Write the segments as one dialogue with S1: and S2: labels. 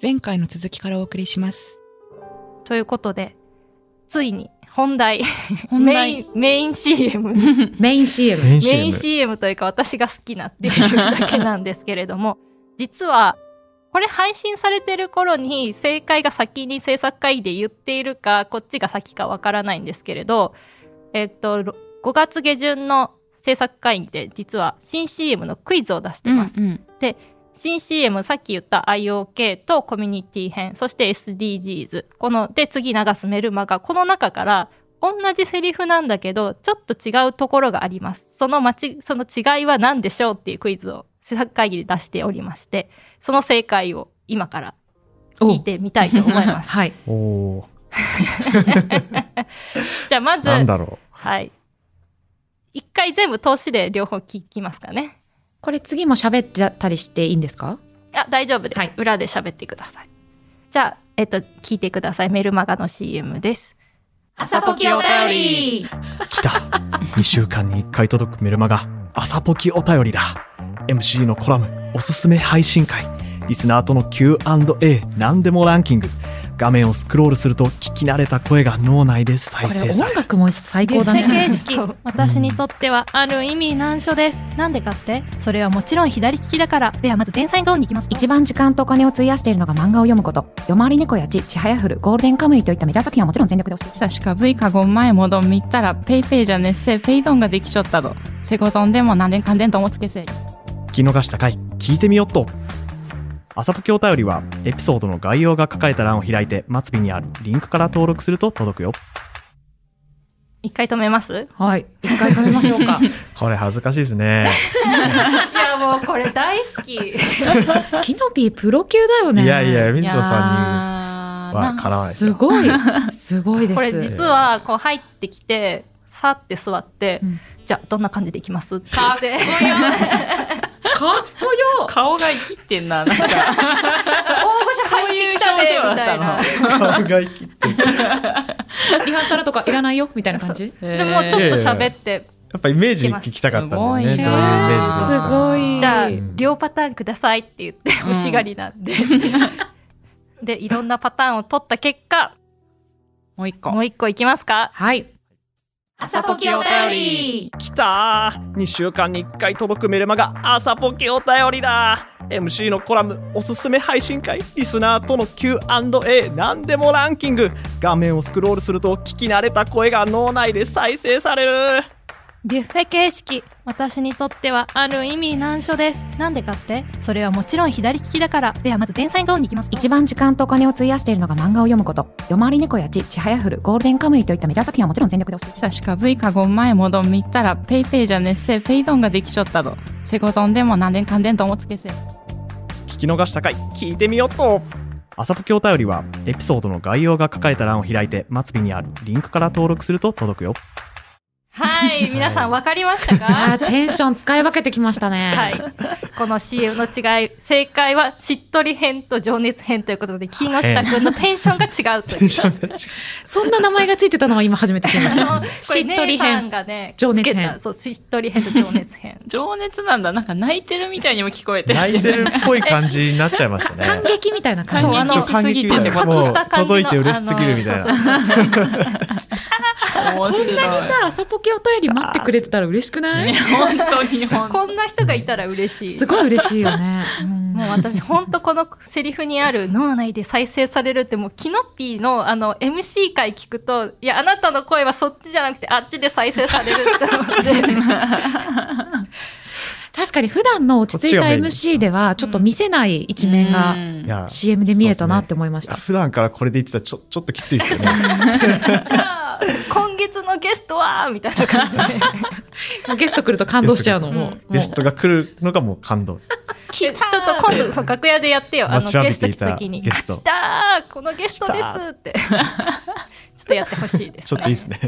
S1: 前回の続きからお送りします。
S2: ということで、ついに本題、
S3: 本
S2: メイ
S3: 題
S2: ン、メイン CM、
S3: メイン CM。
S4: メイン
S2: メイン
S4: CM。
S2: CM というか私が好きなっていうだけなんですけれども、 実は、これ配信されてる頃に正解が先に制作会議で言っているか、こっちが先かわからないんですけれど、えっと、ろ5月下旬の制作会議で実は新 CM のクイズを出してます。
S3: うん
S2: 新 CM さっき言った IOK とコミュニティ編そして SDGs こので次流すメルマガこの中から同じセリフなんだけどちょっと違うところがありますその間ちその違いは何でしょうっていうクイズを制作会議で出しておりましてその正解を今から聞いてみたいと思います
S3: はい。
S4: おお
S2: じゃあま
S4: ー、
S2: ず
S4: なんだろ
S2: はい一回全部通しで両方聞きますかね
S3: これ次も喋っちゃったりしていいんですか
S2: あ大丈夫です、
S3: はい
S2: 裏で喋ってくださいじゃあえっと聞いてくださいメルマガの CM です朝ポキお便り
S4: う。来た。2週間に1回届くメルマガ、朝ポキお便りだ。MC のコラム、おすすめ配信会、リスナーとの Q&A、なんでもランキング。画面をスクロールすると聞き慣れた声が脳内で再
S3: これ
S4: 生さ
S3: 音
S4: れる。
S3: 楽も最高だ
S2: 出世
S3: ね。
S2: 形式私にとってはある意味難所ですなんでかってそれはもちろん左利きだからではまず前菜ゾーンに行きます
S5: 一番時間とお金を費やしているのが漫画を読むこと。夜回り猫やち、ちはやふる、ゴールデンカムイといったメジャー作品はもちろん全力で押していきたい
S6: 久しかぶいかごん前もどんみったらペイペイじゃねっせペイドンができちょったどせごぞんでもなんでんかんでんともつけせ
S4: 聞き逃した回、聞いてみよっと。朝ポキお便りは、エピソードの概要が書かれた欄を開いて、末尾にあるリンクから登録すると届くよ。
S2: 一回止めます
S3: はい。一回止めましょうか。
S4: これ恥ずかしいですね。
S2: いやもうこれ大好き
S3: キノピープロ級だよね。
S4: いやいや、水
S6: いや
S4: 野さんには
S6: ー
S4: かなわないです
S3: す
S4: よ。
S3: ごい。すごいで
S2: これ
S3: す。
S2: 実はこう入ってきてさって座って、
S3: うん
S2: じゃあどんな感じでいきますって言 って
S3: かっこよ
S6: 顔が生きてん ななんか
S2: 大御所入ってきたね
S6: そういう表情
S2: みた
S6: だ
S2: い
S6: っ
S2: な
S6: たの
S4: 顔が生きてる
S3: リハーサルとかいらないよみたいな 感じ
S6: で
S2: でもちょっと喋って、
S4: やっぱイメージ聞きたかったんだよね。
S6: すごい
S4: どういうイメ
S6: な
S4: ージだったか。
S3: すごい
S2: じゃあ
S4: うん
S2: 両パターンくださいって言って
S6: ん
S2: 欲しがりなん で、でいろんなパターンを取った結果
S6: もう一個
S2: もう一個いきますか
S3: はい。
S2: 朝ポ
S6: キお便り
S4: 来たー !2 週間に1回届くメルマが朝ポケお便りだ !MC のコラム、おすすめ配信会、リスナーとの Q&A、なんでもランキング画面をスクロールすると聞き慣れた声が脳内で再生される
S2: ビュッフェ形式私にとってはある意味難所ですなんでかってそれはもちろん左利きだからではまず前菜ゾーンに行きます
S5: 一番時間とお金を費やしているのが漫画を読むこと。夜回り猫やち、ちはやふる、ゴールデンカムイといったメジャー作品はもちろん全力で押していきたい
S6: 久しかぶいかごん前もどんみったらペイペイじゃねっせペイドンができちょったどせごぞんでもなんでんかんでんともつけせ
S4: 聞き逃した回、聞いてみよっと朝ポケお便りは、エピソードの概要が書かれた欄を開いて、末尾にあるリンクから登録すると届く よ。
S2: はい皆さんわかりました
S3: あ
S2: か
S3: ーテンション使い分けてきましたね。
S2: はい。この CM の違い正解はしっとり編と情熱編ということで木下くんのテンションが違うという
S3: そんな名前がついてたのは今初めて知り まし
S2: あ
S3: た
S2: の。こ
S3: し
S2: れ
S3: っとり
S2: 姉さん
S3: 編。
S2: が ね
S3: 情熱編
S2: つけたそうしっとり編と情熱編
S6: 情熱なんだなんか泣いてるみたいにも聞こえ て
S4: 泣いてるっぽい感じになっちゃいましたね。
S3: 感激みたいな 感
S6: そう
S3: じ。
S6: あの
S4: ちょっと感激みたいな
S2: そう
S4: も
S2: 感激
S4: う
S2: した感じの
S4: 届いて嬉しすぎるみたい
S2: あの
S4: な。
S6: 面白い
S3: さあ、サポケお便り待ってくれてたら嬉しくない、
S6: ね本当に本当に
S2: こんな人がいたら嬉しい
S3: すごい嬉しいよね。うん
S2: もう私ほんとこのセリフにある脳内で再生されるってもうキノピーのあの MC 回聞くといやあなたの声はそっちじゃなくてあっちで再生されるって思 って
S3: 確かに普段の落ち着いた
S4: こっちがメイン
S3: MC ではちょっと見せない一面
S6: う
S3: が
S6: ん
S4: いや
S3: CM で見えたなって思いまし
S4: いや
S3: た。
S4: 普段からこれで言ってたらちょ ちょっときついですよね。
S2: じゃあ今月のゲストはみたいな感じで
S3: もうゲスト来ると感動しちゃうのもう。
S4: ゲストが来るのがもう感動。
S2: ちょっと今度そう楽屋でやってよあの
S4: 待ちわ
S2: ゲ
S4: び
S2: スト
S4: て
S2: 来
S4: い
S2: た
S4: た
S2: 時に
S4: ゲスト
S2: あ来たーこのゲストですってちょっとやってほしいです
S4: ちょっといいですね。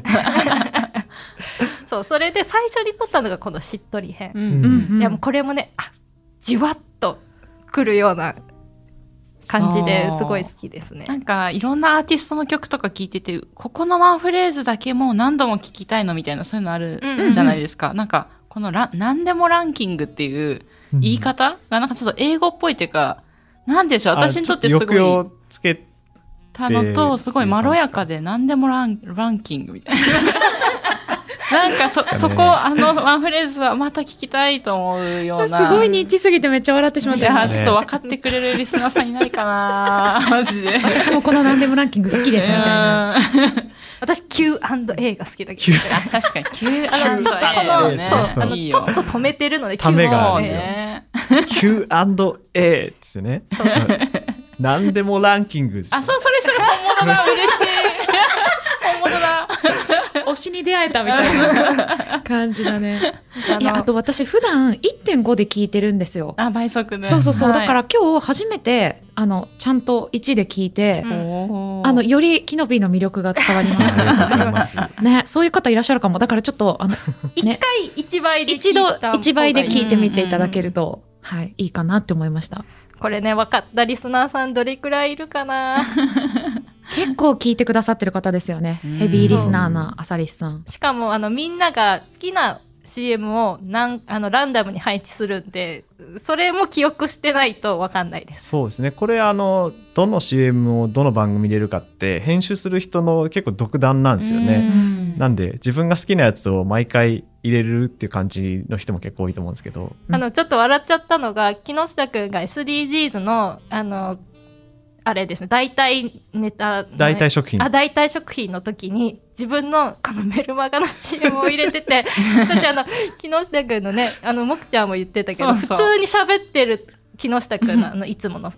S2: そうそれで最初に撮ったのがこのしっとり編、
S6: うん
S3: うん
S2: いやもうこれもねあじわっとくるような感じですごい好きです
S6: な
S2: ね
S6: んかいろんなアーティストの曲とか聞いててここのワンフレーズだけもう何度も聞きたいのみたいなそういうのある
S2: うんうん
S6: じゃないですか、なんかこのラ「何でもランキング」っていう言い方がなんかちょっと英語っぽいっていうかなんでしょう私にとってすご
S4: 抑揚
S6: い
S4: をつけ
S6: たのとすごいまろやかで何でもランランキングみたいななんかそ
S4: ですか
S6: そ
S4: ね
S6: こあのワンフレーズはまた聞きたいと思うよう
S3: す
S6: な
S3: ごいニッチすぎてめっちゃ笑ってしまっ
S6: い
S3: て
S4: です
S6: や
S4: ね
S6: ちょっと分かってくれるリスナーさんいないかなマジで。
S3: 私もこの何でもランキング好きですみたいな。
S2: 私 Q&A が好きだけ
S4: Q
S2: ど。
S6: あ確かに急
S2: あのちょっとこの、
S4: ね
S2: そう、あの、
S6: いい
S2: ちょ
S6: よ
S2: っと止めてるので、
S4: ためがあ
S6: そ
S4: る
S6: う
S4: んですよ
S6: ね
S4: Q&A ですね。何でもランキングです。
S6: あそうそれそれ本物だ嬉しい本物だ
S3: 推しに出会えたみたいな感じだね。いや、あと私普段1.5で聞いてるんですよ。
S6: あ倍速で
S3: そうそうそう。
S6: はい
S3: だから今日初めて、あの、ちゃんと1で聞いて、
S2: うん
S6: おー
S3: あの、よりキノピーの魅力が伝わりま
S4: あ
S3: し
S4: り がとうござい
S3: た。
S4: ます。
S3: ね、そういう方いらっしゃるかも。だからちょっと、 あの、
S2: 一
S3: ね
S2: 回一倍で聞
S3: 一
S2: いた
S3: 度
S2: 方がいい、
S3: 一倍で聞いてみていただけ
S2: うん
S3: る
S2: うん
S3: と、はい、いいかなって思いました。
S2: うんこれね、分かったリスナーさんどれくらいいるかな
S3: 結構聞いてくださってる方ですよね。
S6: うん
S3: ヘビーリスナーなアサリスさん。
S2: しかも、あの、みんなが好きな CM をなんあのランダムに配置するんで、それも記憶してないと分かんないです。
S4: そうですね。これあのどの CM をどの番組に入れるかって編集する人の結構独断なんですよね。
S3: うん
S4: なんで自分が好きなやつを毎回入れるっていう感じの人も結構多いと思うんですけど。
S3: うん
S2: あの、ちょっと笑っちゃったのが、木下くんが SDGs の、あの、あれですね、代替ネタ。
S4: 代替食品。
S2: あ、代替食品の時に、自分のこのメルマガの CM を入れてて、私あの、木下くんのね、あの、もくちゃんも言ってたけど、
S6: そうそう
S2: 普通に喋ってる木下くんの、あの、いつもの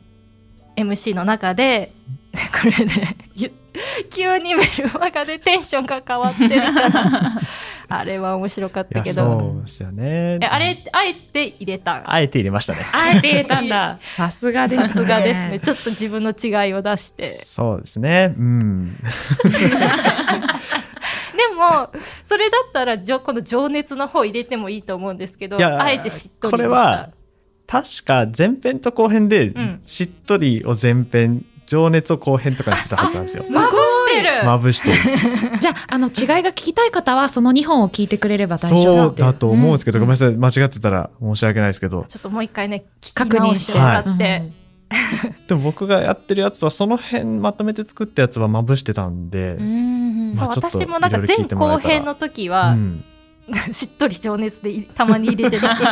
S2: MC の中で、 これね、ゆ急にメルマガでテンションが変わってみたいなあれは面白かっ
S4: い
S2: た
S4: や
S2: けど、
S4: そうですよね
S2: え。あれ、あえて入れた。
S4: あえて入れましたね。
S3: あえて言えたんだ。さすがです ね。
S2: さすがですね。ちょっと自分の違いを出して。
S4: そうですね。うん。
S2: でも、それだったら、じょこの情熱の方入れてもいいと思うんですけど、
S4: いや
S2: あえてしっとりにした。
S4: これは確か前編と後編で
S2: ん
S4: しっとりを前編、情熱を後編とかにしてたはずなんですよ。
S2: まぶしてる
S4: まぶしてる。
S3: じゃあ、あの、違いが聞きたい方は、その2本を聞いてくれれば大丈夫
S4: そう
S3: ってい
S4: だと思うんですけど、
S2: うん
S4: ごめんなさい間違ってたら申し訳ないですけど
S2: ちょっともう一回ね、
S3: 確認して
S2: 聞き直もらっ
S3: う
S2: て
S3: ん。
S4: でも僕がやってるやつはその辺まとめて作ったやつはまぶしてたんで、
S6: うん
S2: そう
S4: まあちょっと
S2: 私もなんか
S4: いろいろ聞
S2: 前
S4: いてもら
S2: 後
S4: えたら
S2: 編の時
S4: う
S2: は、
S4: ん、
S2: しっとり情熱でいたまに入れてたんで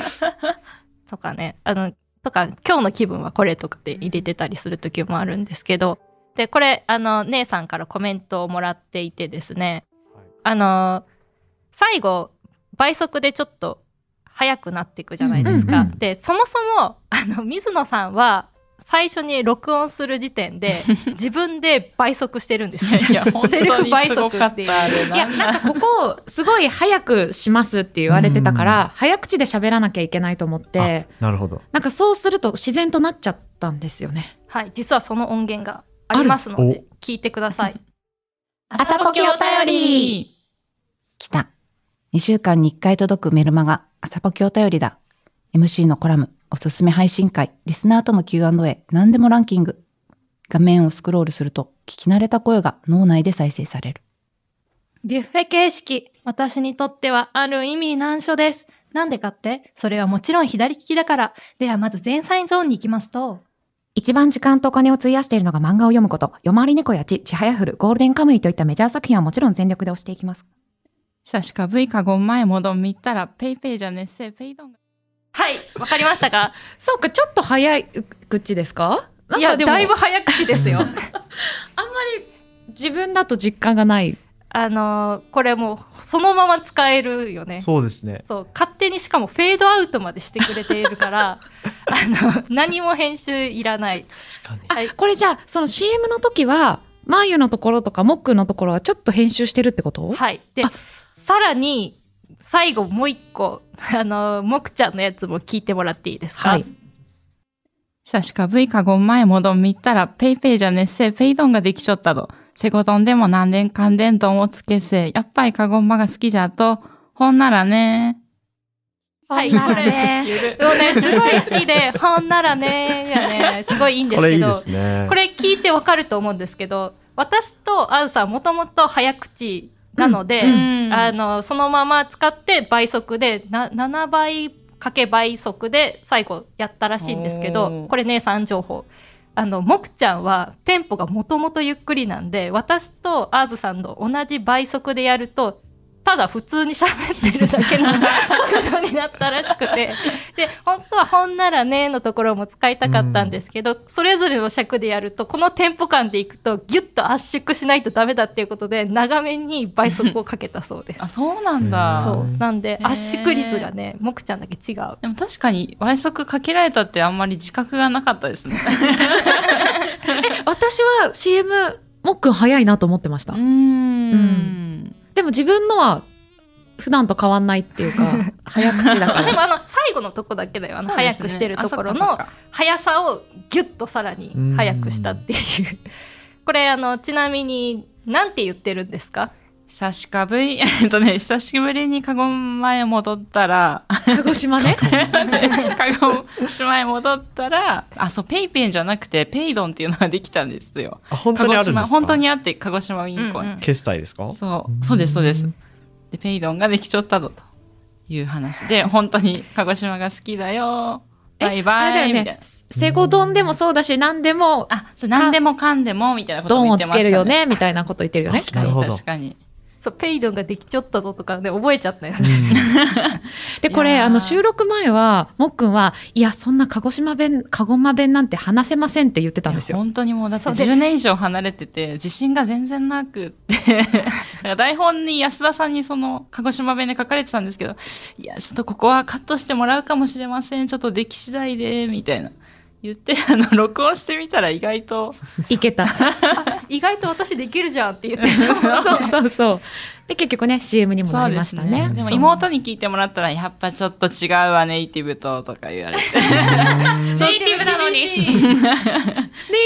S2: すけど とかねあのとか今日の気分はこれとかで入れてたりする時もあるんですけどでこれあの姉さんからコメントをもらっていてですね、
S4: はい
S2: あの最後倍速でちょっと速くなっていくじゃないですか。
S4: うんうんうん
S2: でそもそもあの水野さんは最初に録音する時点で自分で倍速してるんですよ。
S6: いや本
S2: セル
S6: 当
S2: フ
S6: に
S2: 倍
S6: すご
S2: 速
S6: か
S2: っ
S6: って
S2: いう
S6: たあれない
S3: や、なんかここ、すごい早くしますって言われてたから、
S4: うん
S3: 早口で喋らなきゃいけないと思って、
S4: なるほど
S3: なんかそうすると自然となっちゃったんですよね。
S2: はい、実はその音源がありますので、聞いてください。
S5: 朝ポケお便り来た。
S7: 2週間に1回届くメルマガ、朝ポケお便りだ。MC のコラム、おすすめ配信会、リスナーとの Q&A、何でもランキング。画面をスクロールすると、聞き慣れた声が脳内で再生される。
S2: ビュッフェ形式、私にとってはある意味難所です。なんでかって、それはもちろん左利きだから。ではまず前菜ゾーンに行きますと、
S5: 一番時間とお金を費やしているのが漫画を読むこと、夜回り猫やち、ちはやふる、ゴールデンカムイといったメジャー作品はもちろん全力で推していきます。
S6: 久しかぶいかごん前もどんみったらペイペイじゃねっせペイドンが
S2: はい、わかりましたか
S3: そうか、ちょっと早い口ですかなん
S2: い
S3: か
S2: や、
S3: でも、
S2: だ
S3: あ
S2: い
S3: ん
S2: ぶ
S3: ま
S2: 早口ですよ。
S3: り自分だと実感がない。
S2: あのーこれもうそのまま使えるよね。
S4: そうですね
S2: そう、勝手にしかもフェードアウトまでしてくれている から、あの、何も編集いらない。
S4: 確かに
S2: はい
S3: これじゃあ、その CM の時は、眉のところとか、モックのところはちょっと編集してるってこと
S2: はい。で
S3: あ、
S2: さらに、最後もう一個、あの、もくちゃんのやつも聞いてもらっていいですか
S3: はい。
S6: 久しかぶいかごん前もどんみったらペイペイじゃねっせペイドンができちょったどせごどんでも何年かんでんどんをつけせやっぱりかごんまが好きじゃとほんならね
S2: はい、これ。
S6: ゆる
S2: もうね、すごい好きで、ほんならね、がね、すごいいいんです
S4: こ
S2: け
S4: れいい
S2: ど、
S4: で
S2: こ
S4: すね
S2: れ聞いてわかると思うんですけど、私とあうさんもともと早口なので、
S3: うん
S2: あの、そのまま使って倍速で、な、7倍かけ倍速で最後やったらしいんですけどこれ姉さん情報あのもくちゃんはテンポがもともとゆっくりなんで私とあーずさんの同じ倍速でやるとただ普通に喋ってるだけの速度になったらしくてで本当は「ほんならね」のところも使いたかったんですけど、それぞれの尺でやるとこのテンポ感でいくとギュッと圧縮しないとダメだっていうことで長めに倍速をかけたそうです。
S6: あ、そうなんだ。
S2: そううんなんで
S6: へー
S2: 圧縮率が ねもくちゃんだけ違う。
S6: でも確かに、倍速かけられたってあんまり自覚がなかったですね。
S3: 私は CM もっくん早いなと思ってました
S6: うーん。
S3: でも自分のは普段と変わんないっていうか早口だか
S2: で
S3: ら
S2: もあの最後のとこだけだよあの、早くしてるところ
S6: あそっ
S2: の
S6: か
S2: 速さをギュッとさらに速くしたっていうこれあのちなみになんて言ってるんですか
S6: そっか久しぶり、 えっとね、久しぶりにカゴン前戻ったら、
S3: 鹿児島 ね
S6: カゴン島へ戻ったら、あ、そう、ペイペンじゃなくて、ペイドンっていうのができたんですよ。
S4: あ本
S6: 鹿
S4: 当にあ
S6: 児
S4: るんです
S6: 島、
S4: か
S6: 本当にあって、鹿児島銀行
S2: うんう
S6: に
S2: ん
S4: 決済ですか
S6: そう、そうです、そうです。で、ペイドンができちゃったぞという話で、本当に鹿児島が好きだよ。
S3: え
S6: バイバイ、
S3: あれだよね
S6: みたいな。
S3: セゴ丼でもそうだし何でも
S6: あ、そう、何でもかんでも、みたいなこと
S3: ド
S6: も言
S3: ンを
S6: って
S3: つ
S6: ました
S3: けるよ。ねみたいなこと言ってるよね
S4: あ
S6: 確か
S4: なるほ
S6: に、
S4: ど
S6: 確かに。
S2: そうペイドンができちょったぞとかね覚えちゃったよね。
S3: でこ
S6: い
S3: れ
S6: やー
S3: あの収録前はもっくんはいやそんな鹿児島弁鹿児島弁なんて話せませんって言ってた んです
S6: いや
S3: よ
S6: 本当にもうだって
S2: そうで
S6: 10年以上離れてて自信が全然なくって だから台本に安田さんにその鹿児島弁で書かれてたんですけどいやちょっとここはカットしてもらうかもしれませんちょっと出来次第でみたいな言ってあの録音してみたら意外と
S3: いけたそ
S2: 意外と私できるじゃんって言ってる。
S3: うそうそうで結局ね CM にもなりましたね
S6: そうですでも
S3: そう
S6: 妹に聞いてもらったらやっぱちょっと違うわネイティブととか言 われて
S3: ネイティブなのに
S2: 厳しい
S3: ネ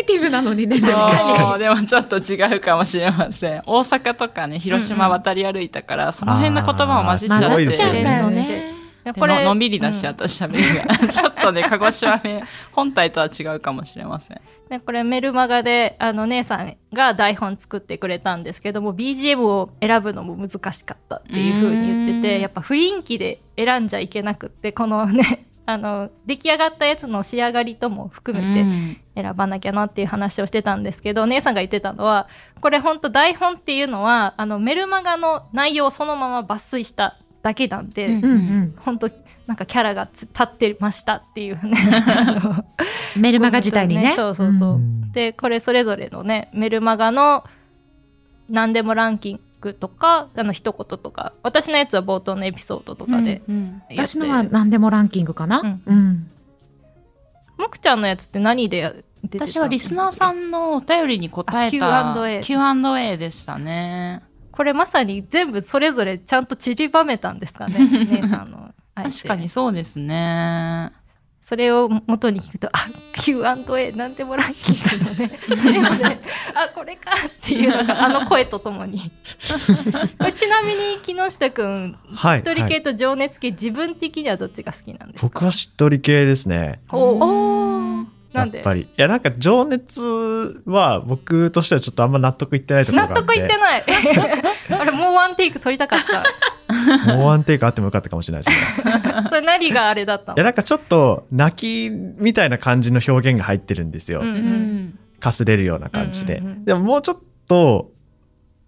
S3: イティブなの にね
S6: そう
S4: 確かに
S6: でもちょっと違うかもしれません大阪とかね広島渡り歩いたから、その辺の言葉を混じっちゃって
S4: あーすごいですよ
S3: 混
S4: ね
S3: ざっちゃうんだよ
S2: で
S3: ね
S2: で
S6: これののんびりだし、私喋りが ちょっとね鹿児島弁本体とは違うかもしれません
S2: ね、これメルマガであの姉さんが台本作ってくれたんですけども BGM を選ぶのも難しかったっていうふうに言って
S6: うーん
S2: てやっぱ雰囲気で選んじゃいけなくってこのね あの出来上がったやつの仕上がりとも含めて選ばなきゃなっていう話をしてたんですけど、姉さんが言ってたのはこれほんと台本っていうのはあのメルマガの内容をそのまま抜粋しただけなんで、
S6: うん
S3: うんうん
S2: ほんとなんかキャラがつ立ってましたっていう ね。あの
S3: メルマガ自体にね
S2: そうそうそう。
S3: ん
S2: でこれそれぞれのねメルマガの何でもランキングとかあの一言とか私のやつは冒頭のエピソードとかで、やって
S3: 私のは何でもランキングかな
S2: うん
S3: うん
S2: もくちゃんのやつって何でやってた
S6: 私はリスナーさんのお便りに答えた
S2: あ Q&A
S6: Q&A でしたね
S2: これまさに全部それぞれちゃんと散りばめたんですかね 姉さんのあえて
S6: 確かにそうですね
S2: それを元に聞くとあ Q&A 何でもランキングのねそれまであこれかっていうの があの声とともにこれちなみに木下くん
S4: はい
S2: 一人
S4: は
S2: 系
S4: い
S2: と情熱系、自分的にはどっちが好きなんですか
S4: 僕はしっとり系ですね
S2: おおなんで
S4: やっぱりいやなんか情熱は僕としてはちょっとあんま納得いってないとこ
S2: 納
S4: ろがあって
S2: 得いってない あれもうワンテイク取りたかっ
S4: もう安定感あってもよかったかもしれないですね
S2: たそれ何があれだった
S4: いや
S2: の
S4: なんかちょっと泣きみたいな感じの表現が入ってるんですよ、
S2: うん
S4: かすれるような感じで、
S2: うんうんうん
S4: でももうちょっと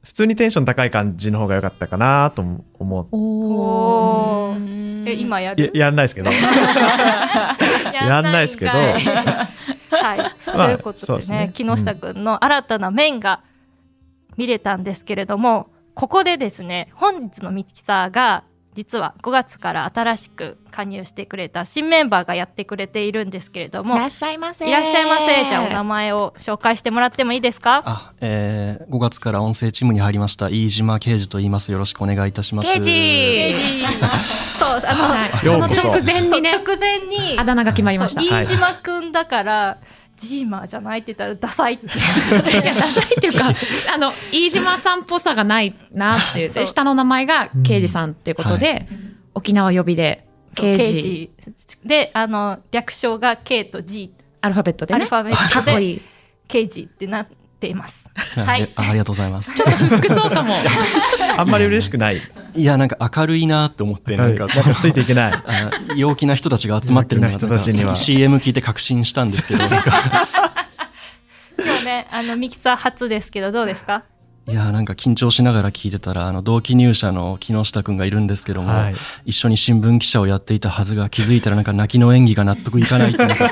S4: 普通にテンション高い感じの方が良かったかなとも思う
S3: おー
S2: おおえ今や
S4: いや
S2: る
S4: やんないですけ どやんないですけど
S2: やんないんかいはい、
S4: まあ
S2: ということで
S4: そう
S2: ね
S4: ですね
S2: 木下くんの新たな面が見れたんですけれども、ここでですね本日のミキサーが実は5月から新しく加入してくれた新メンバーがやってくれているんですけれども
S5: っしゃいませ
S2: いらっしゃいませじゃあお名前を紹介してもらってもいいですか
S8: あ、えー、5月から音声チームに入りました飯島刑事と言います。よろしくお願いいたします。
S5: 刑事
S2: ページそうあの、
S4: よう
S3: この
S4: こそ
S3: 直前
S2: そう
S3: にね
S2: 直前に
S3: あだ名が決まりました
S2: そう
S4: はい
S2: 飯島くんだから、ジーマーじゃないって言ったらダサい って
S3: いや、ダサいっていうか、 あの、飯島さんっぽさがないなっていう。
S2: そう
S3: で、下の名前が刑事さんっていうことで、沖縄呼びで、刑
S2: そう
S3: 事、
S2: であの略称が K と G
S3: アルファベットで
S2: アル
S3: ね。
S2: ファベッ
S3: か
S2: ト
S3: っこ
S2: で
S3: いい。
S2: K ジってなっています
S8: あ
S2: はい
S8: えあありがとうございます。
S3: ちょっと不服そうかも。
S4: あんまり嬉しくない
S8: いや、なんか明るいなって思って、なんか、
S4: はいなんかついていけない。
S8: あ陽気な人たちが集まってるのが
S4: 陽気な人たちには
S8: なんか CM 聞いて確信したんですけど、なんか、
S2: 今日ね、あの、ミキサー初ですけど、どうですか
S8: いや、なんか緊張しながら聞いてたら、あの、同期入社の木下くんがいるんですけども、
S4: はい
S8: 一緒に新聞記者をやっていたはずが気づいたらなんか泣きの演技が納得いかないっていうなんか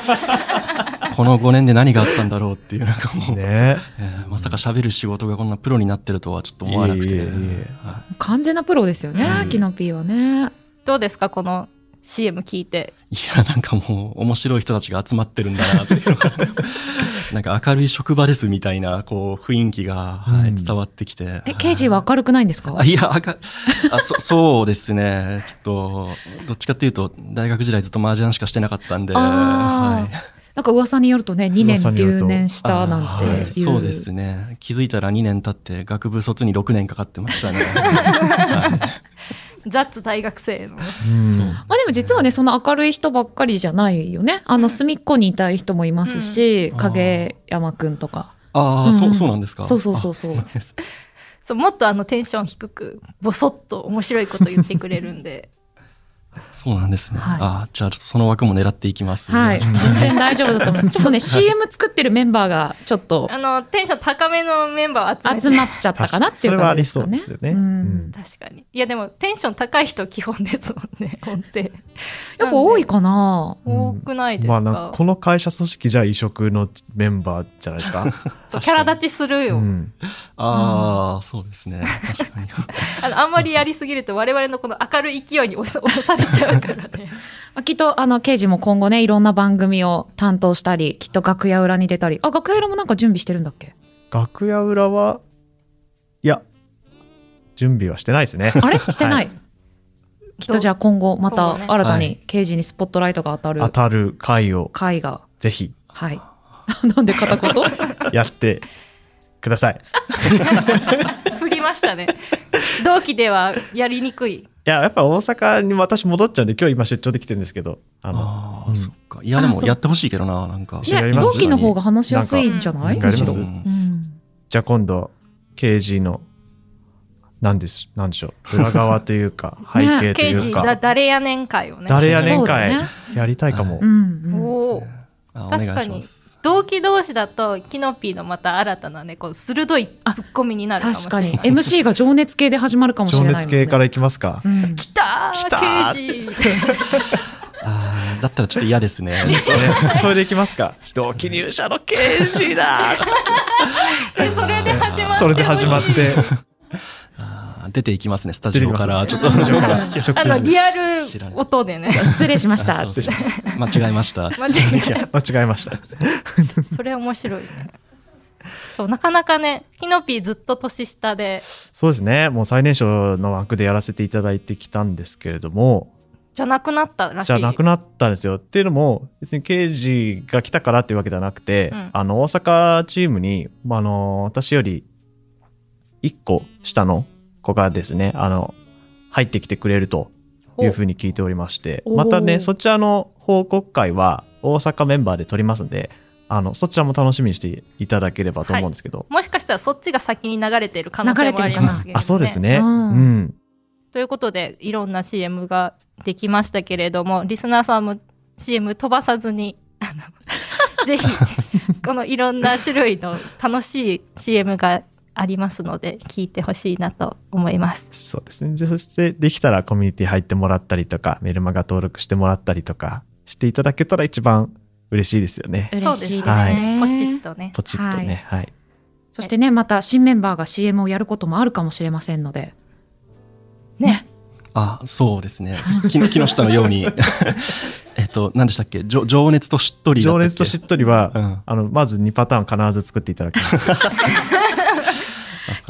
S8: この5年で何があったんだろうっていう、なんかもう、
S4: ね
S8: えーまさか喋る仕事がこんなプロになってるとはちょっと思わなくて。
S4: いえいえいえ
S8: は
S3: 完全なプロですよね、
S8: うん
S3: キノピーはね。
S2: どうですかこの CM 聞いて。
S8: いいや、なんかもう面白い人たちが集まってるんだなっていうのが なんか明るい職場ですみたいな、こう、雰囲気が、はい
S4: うん
S8: 伝わってきて。
S3: え、刑事は明るくないんですか
S8: あいや、あかあそ、 そうですね。ちょっと、どっちかっていうと、大学時代ずっと麻雀しかしてなかったんで、
S3: あーなんか噂によるとね、2年
S4: 噂による
S3: 留
S4: と
S3: 年したな
S8: あ
S3: ん
S8: ー
S3: て
S8: はい
S3: いう。
S8: そうですね。気づいたら2年経って、学部卒に6年かかってましたね。 はい
S2: ザッツ大学生の。
S4: うん
S3: まあでも実はね、そんな明るい人ばっかりじゃないよね。あの、隅っこにいたい人もいますし、
S8: うん
S3: 影山くんとか。
S8: ああ、
S3: うん
S8: そう、そうなんですか。
S3: そうそうそうそう。
S2: そうもっとあのテンション低く、ボソッと面白いこと言ってくれるん で。
S8: あそうなんですね。
S3: はい
S8: あーじゃあ、ちょっとその枠も狙っていきます。
S3: はい。全然大丈夫だと思います。ちょっとね、CM 作ってるメンバーがちょっと
S2: あの、テンション高めのメンバーを集めて。
S3: 集まっちゃったかなっていう感じですかね。
S4: 確かにそれはありそうですよね
S3: ん
S4: うん
S2: 確かに。いや、でもテンション高い人基本ですもん ね、音声。
S3: やっぱ多いかな
S2: 多くないです
S4: ま
S2: か,、
S4: あなんかこの会社組織じゃ異色のメンバーじゃないです か。
S2: そうキャラ立ちする
S4: う
S2: よ、
S4: ん、
S8: ああ、そうですね。確かに。
S2: あの。あんまりやりすぎると我々のこの明るい勢いに押 さ押されちゃうからね。
S3: まあきっと、あの、刑事も今後ね、いろんな番組を担当したり、きっと楽屋裏に出たり。あ、楽屋裏もなんか準備してるんだっけ
S4: 楽屋裏はいや準備はしてないです ね。
S3: あれしてない。きっとじゃあ今後ま
S2: 今
S3: た
S2: 後ね
S3: 新た
S8: は
S3: に刑事にスポットライトが当たる
S4: 当たる回を
S3: 回が、
S4: ぜひ
S3: はい。 なんで片言
S4: やってください。
S2: 振りましたね。同期ではやりにくい。
S4: いややっぱ大阪に私戻っちゃうんで今日今出張できてるんですけどあの
S8: ああ、
S4: うん
S8: そっか。いや、
S3: あ
S8: でも
S3: そう
S8: やってほしいけどな、なんか。
S4: 緒にやり
S3: ね、
S4: ます
S3: 同期の方が話しやすいんじゃない
S4: なんかやり
S3: むし
S4: ます
S3: ろ。
S8: うん
S3: うん
S4: じゃあ今度 KG の何です何でしょう裏側というか背
S3: ね
S4: 景と
S2: 刑
S4: い
S2: 事
S4: う
S2: だ
S4: か
S2: 誰やねん会をね。
S4: 誰やねん
S3: そうだ
S4: 会
S3: ね
S4: やりたいかも
S3: う。んうん。
S2: おー
S8: あお願い
S2: 確
S8: し
S2: か
S8: ま
S2: に
S8: す。
S2: 同期同士だとキノピーのまた新たなねこう鋭いツッコミになるかもし
S3: 確
S2: れ
S3: か
S2: ない。
S3: に。MC が情熱系で始まるかもしれ
S4: 情
S3: ないもんね。
S4: 熱系からいきますか
S3: う。ん。
S2: 来た
S4: 来たー
S2: ー刑事
S8: ああ、だったらちょっと嫌ですね。
S4: それでいきますか。同期入社の KG だ
S2: でそれで始まって
S4: それで始まって、
S8: あー出ていきますね、スタ
S4: 出て
S8: ジオ
S4: き
S8: から。
S4: ます。
S8: ちょっと、
S4: スタジオから
S2: あのリアル音 でね
S3: 失礼しまし
S8: あ
S3: た。
S8: そうそう間違えました。
S2: 間違いない
S4: 間違えました。
S2: それ面白いねそうなかなかねキノピーずっと年下で
S4: そうですね。もう最年少の枠でやらせていただいてきたんですけれども、
S2: じゃなくなったらしい
S4: じゃあなくなったんですよ。っていうのも、別に刑事が来たからっていうわけではなくて、
S2: うん
S4: あの、大阪チームに、まあ、あの、私より1個下の子がですね、あの、入ってきてくれるというふうに聞いておりまして、
S3: お
S4: また
S3: お
S4: ね、
S3: ー
S4: そちらの報告会は大阪メンバーで取りますんで、あの、そちらも楽しみにしていただければと思うんですけど、
S2: もしかしたらそっちが先に流れてる可能性もありますけど、ね、
S4: あ、そうですね。
S3: うん
S4: うん。
S2: ということでいろんな CM ができましたけれどもリスナーさんも CM 飛ばさずにあ のぜひこのいろんな種類の楽しい CM がありますので聞いてほしいなと思います。
S4: そうですね。でそして、できたらコミュニティ入ってもらったりとか、メルマガ登録してもらったりとか、していただけたら一番嬉しいですよね。
S3: 嬉しいですね。
S4: はい
S2: ポチッとね。
S4: ポチッとね。はい。
S3: そしてね、また新メンバーが CM をやることもあるかもしれませんので。ね。
S8: あ、そうですね。き木下のように。 えっと、何でしたっけじょ情熱としっとりだった
S4: 情
S8: っけ。
S4: 熱としっとりは、
S8: うん
S4: あの、まず2パターン必ず作っていただきます。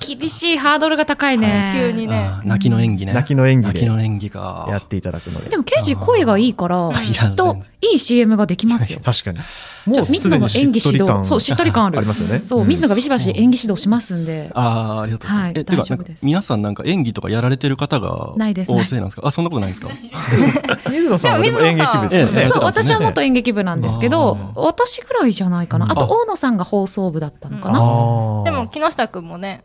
S3: 厳しいハードルが高いね。
S2: 急にね。
S8: あー泣きの演技 ね。
S4: 泣きの演技
S8: 泣き
S4: で
S8: の演技か。
S4: やっていただくので。
S3: でも、ケイジ声がいいから、
S8: い
S3: き
S8: や
S3: っと
S8: 全然
S3: いい CM がで きますよ。
S4: 確かに。
S3: ち
S4: も
S3: ょ
S4: う
S3: 水
S4: す
S3: 野
S4: で
S3: の
S4: にし
S3: 演
S4: っ
S3: 技
S4: とり
S3: 指
S4: 感
S3: 導、そう、しっとり感ある。
S4: ありますよね。
S3: そう、水野がビシバシ演技指導しますんで。
S8: ああ、ありがとうございます。
S3: はい
S8: え、てか
S3: 大丈夫です
S8: 皆さんなんか演技とかやられてる方が
S3: ないです
S8: 大勢なんですかあ、そんなことないんですか
S4: 水野さんはでも演劇部ですよ
S8: ええ
S4: ね。
S3: そう、
S8: やってたんです
S3: 私
S8: ね
S3: は元演劇部なん ですけ
S8: あ
S3: ど、私ぐらいじゃないかな。あ
S8: あ
S3: と、大野さんが放送部だったのかな。
S4: あー
S2: でも木下くんもね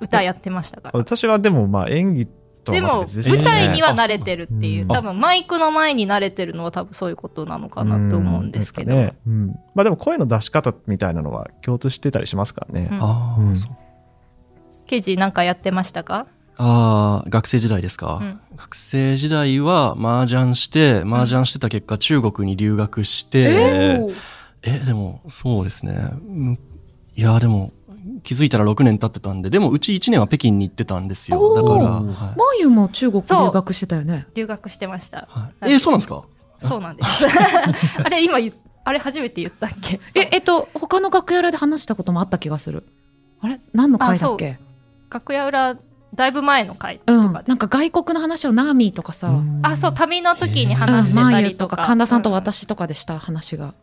S2: 歌やってましたから。
S4: 私はでもまあ演技
S2: でも舞台には慣れてるっていう、
S4: うん
S2: 多分マイクの前に慣れてるのは多分そういうことなのかなと思うんですけど、
S4: うなんかねうんまあでも声の出し方みたいなのは共通してたりしますからね、
S8: あ
S4: うん
S8: あ、そう
S2: ケジなんかやってましたか
S8: ああ、学生時代ですか、
S2: うん
S8: 学生時代は麻雀して、麻雀してた結果、中国に留学して、え、でも、そうですね。うんいや、でも、気づいたら6年経ってたんで、でも、うち1年は北京に行ってたんですよ。
S3: お
S8: だ
S3: ー
S8: から、はい
S3: マユも中国留学してたよね。
S2: 留学してました
S8: はいえーそうなんですか
S2: そうなんですあれ今言っあれ初めて言ったっけ
S3: え、えっと、他の楽屋裏で話したこともあった気がする。あれ何の会だっけ
S2: 楽屋裏だいぶ前の回と
S3: う
S2: かで、
S3: ん。なんか外国の話をナーミーとかさ、うん、
S2: あそう旅の時に話して
S3: マ
S2: た
S3: ユ
S2: り
S3: と
S2: とか,、
S3: か神田さんと私とかでした話が。うん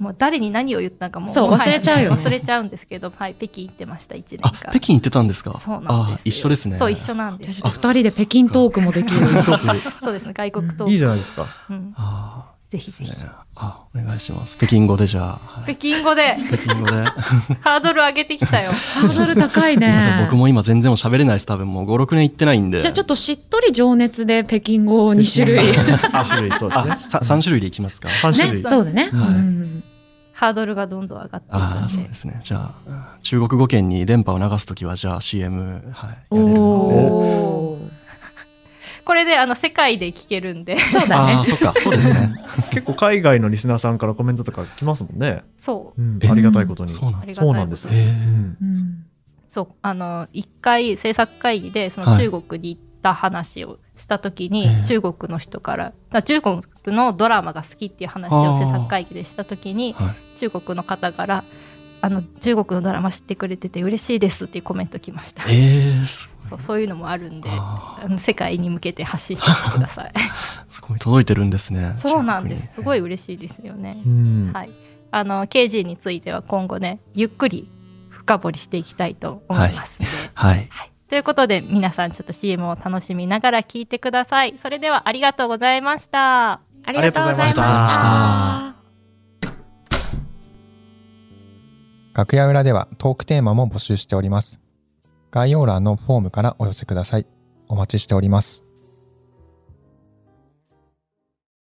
S2: もう誰に何を言ったかも
S3: そう
S2: もはや
S3: 忘れちゃうよね
S2: 忘れちゃうんですけど、はい、北京行ってました1年間
S8: あ、北京行ってたんですか
S2: そうなんです
S8: あー一緒ですね。
S2: そう一緒なんで
S3: じゃあ
S2: す
S3: ちょっと二人で北京トークもで きる。
S2: そうですね外国と、
S4: いいじゃないですか
S2: うん
S8: あ
S2: ぜひぜ
S8: ー
S2: ひ
S8: ねあ、お願いします。北京語でじゃあ。はい
S2: 北京語 で
S8: 北京語で。
S2: ハードル上げてきたよ
S3: ハードル高い
S8: そう
S3: ね。
S8: 僕も今全然もう喋れないです。多分もう5、6年行ってないんで。
S3: じゃあちょっとしっとり情熱で北京語を2種 類。
S4: あ種類そうですね
S8: あ、さ3種類でいきますか。
S4: 三種類、
S3: そうだね。
S8: はい
S3: うん
S2: ハードルがどんどん上がっていく
S8: ああ、そう
S2: ので
S8: ですね。じゃあ、中国語圏に電波を流すときは、じゃあ CM、はい、やれるので。
S3: おー
S2: これであの世界で聞けるんで
S3: そうだ
S8: あ
S3: ね
S8: あ、。そ っか、そうですね。
S4: 結構海外のリスナーさんからコメントとか来ますもんね、
S2: そう
S4: うん
S8: え
S4: ありがたいことに、
S8: そうな
S2: あ
S8: んで
S2: り
S8: す。
S2: がたい
S4: そうなんです
S2: こ
S4: よ
S2: と
S4: うん
S3: うん
S2: そうあの一回制作会議でその
S8: はい
S2: 中国に行った話をした時に、
S8: ええ
S2: 中国の人からだから中国のドラマが好きっていう話を
S8: あー
S2: 制作会議でした時に
S8: はい
S2: 中国の方からあの中国のドラマ知ってくれてて嬉しいですっていうコメント来ました
S8: ええすごい
S2: そうそういうのもあるんで
S8: あ
S2: あの世界に向けて発信してみてくださ い
S8: ーすごい届いてるんですね。
S2: そうなんですすごい
S8: 中
S2: 嬉しいですよね
S4: うん
S2: はい、あの KG については今後ねゆっくり深掘りしていきたいと思いますので、
S8: 国に。はい。
S2: ということで皆さんちょっと CM を楽しみながら聞いてくださいそれではありがとうございました
S5: あ
S4: りがとうございました
S9: 楽屋裏ではトークテーマも募集しております。概要欄のフォームからお寄せください。お待ちしております。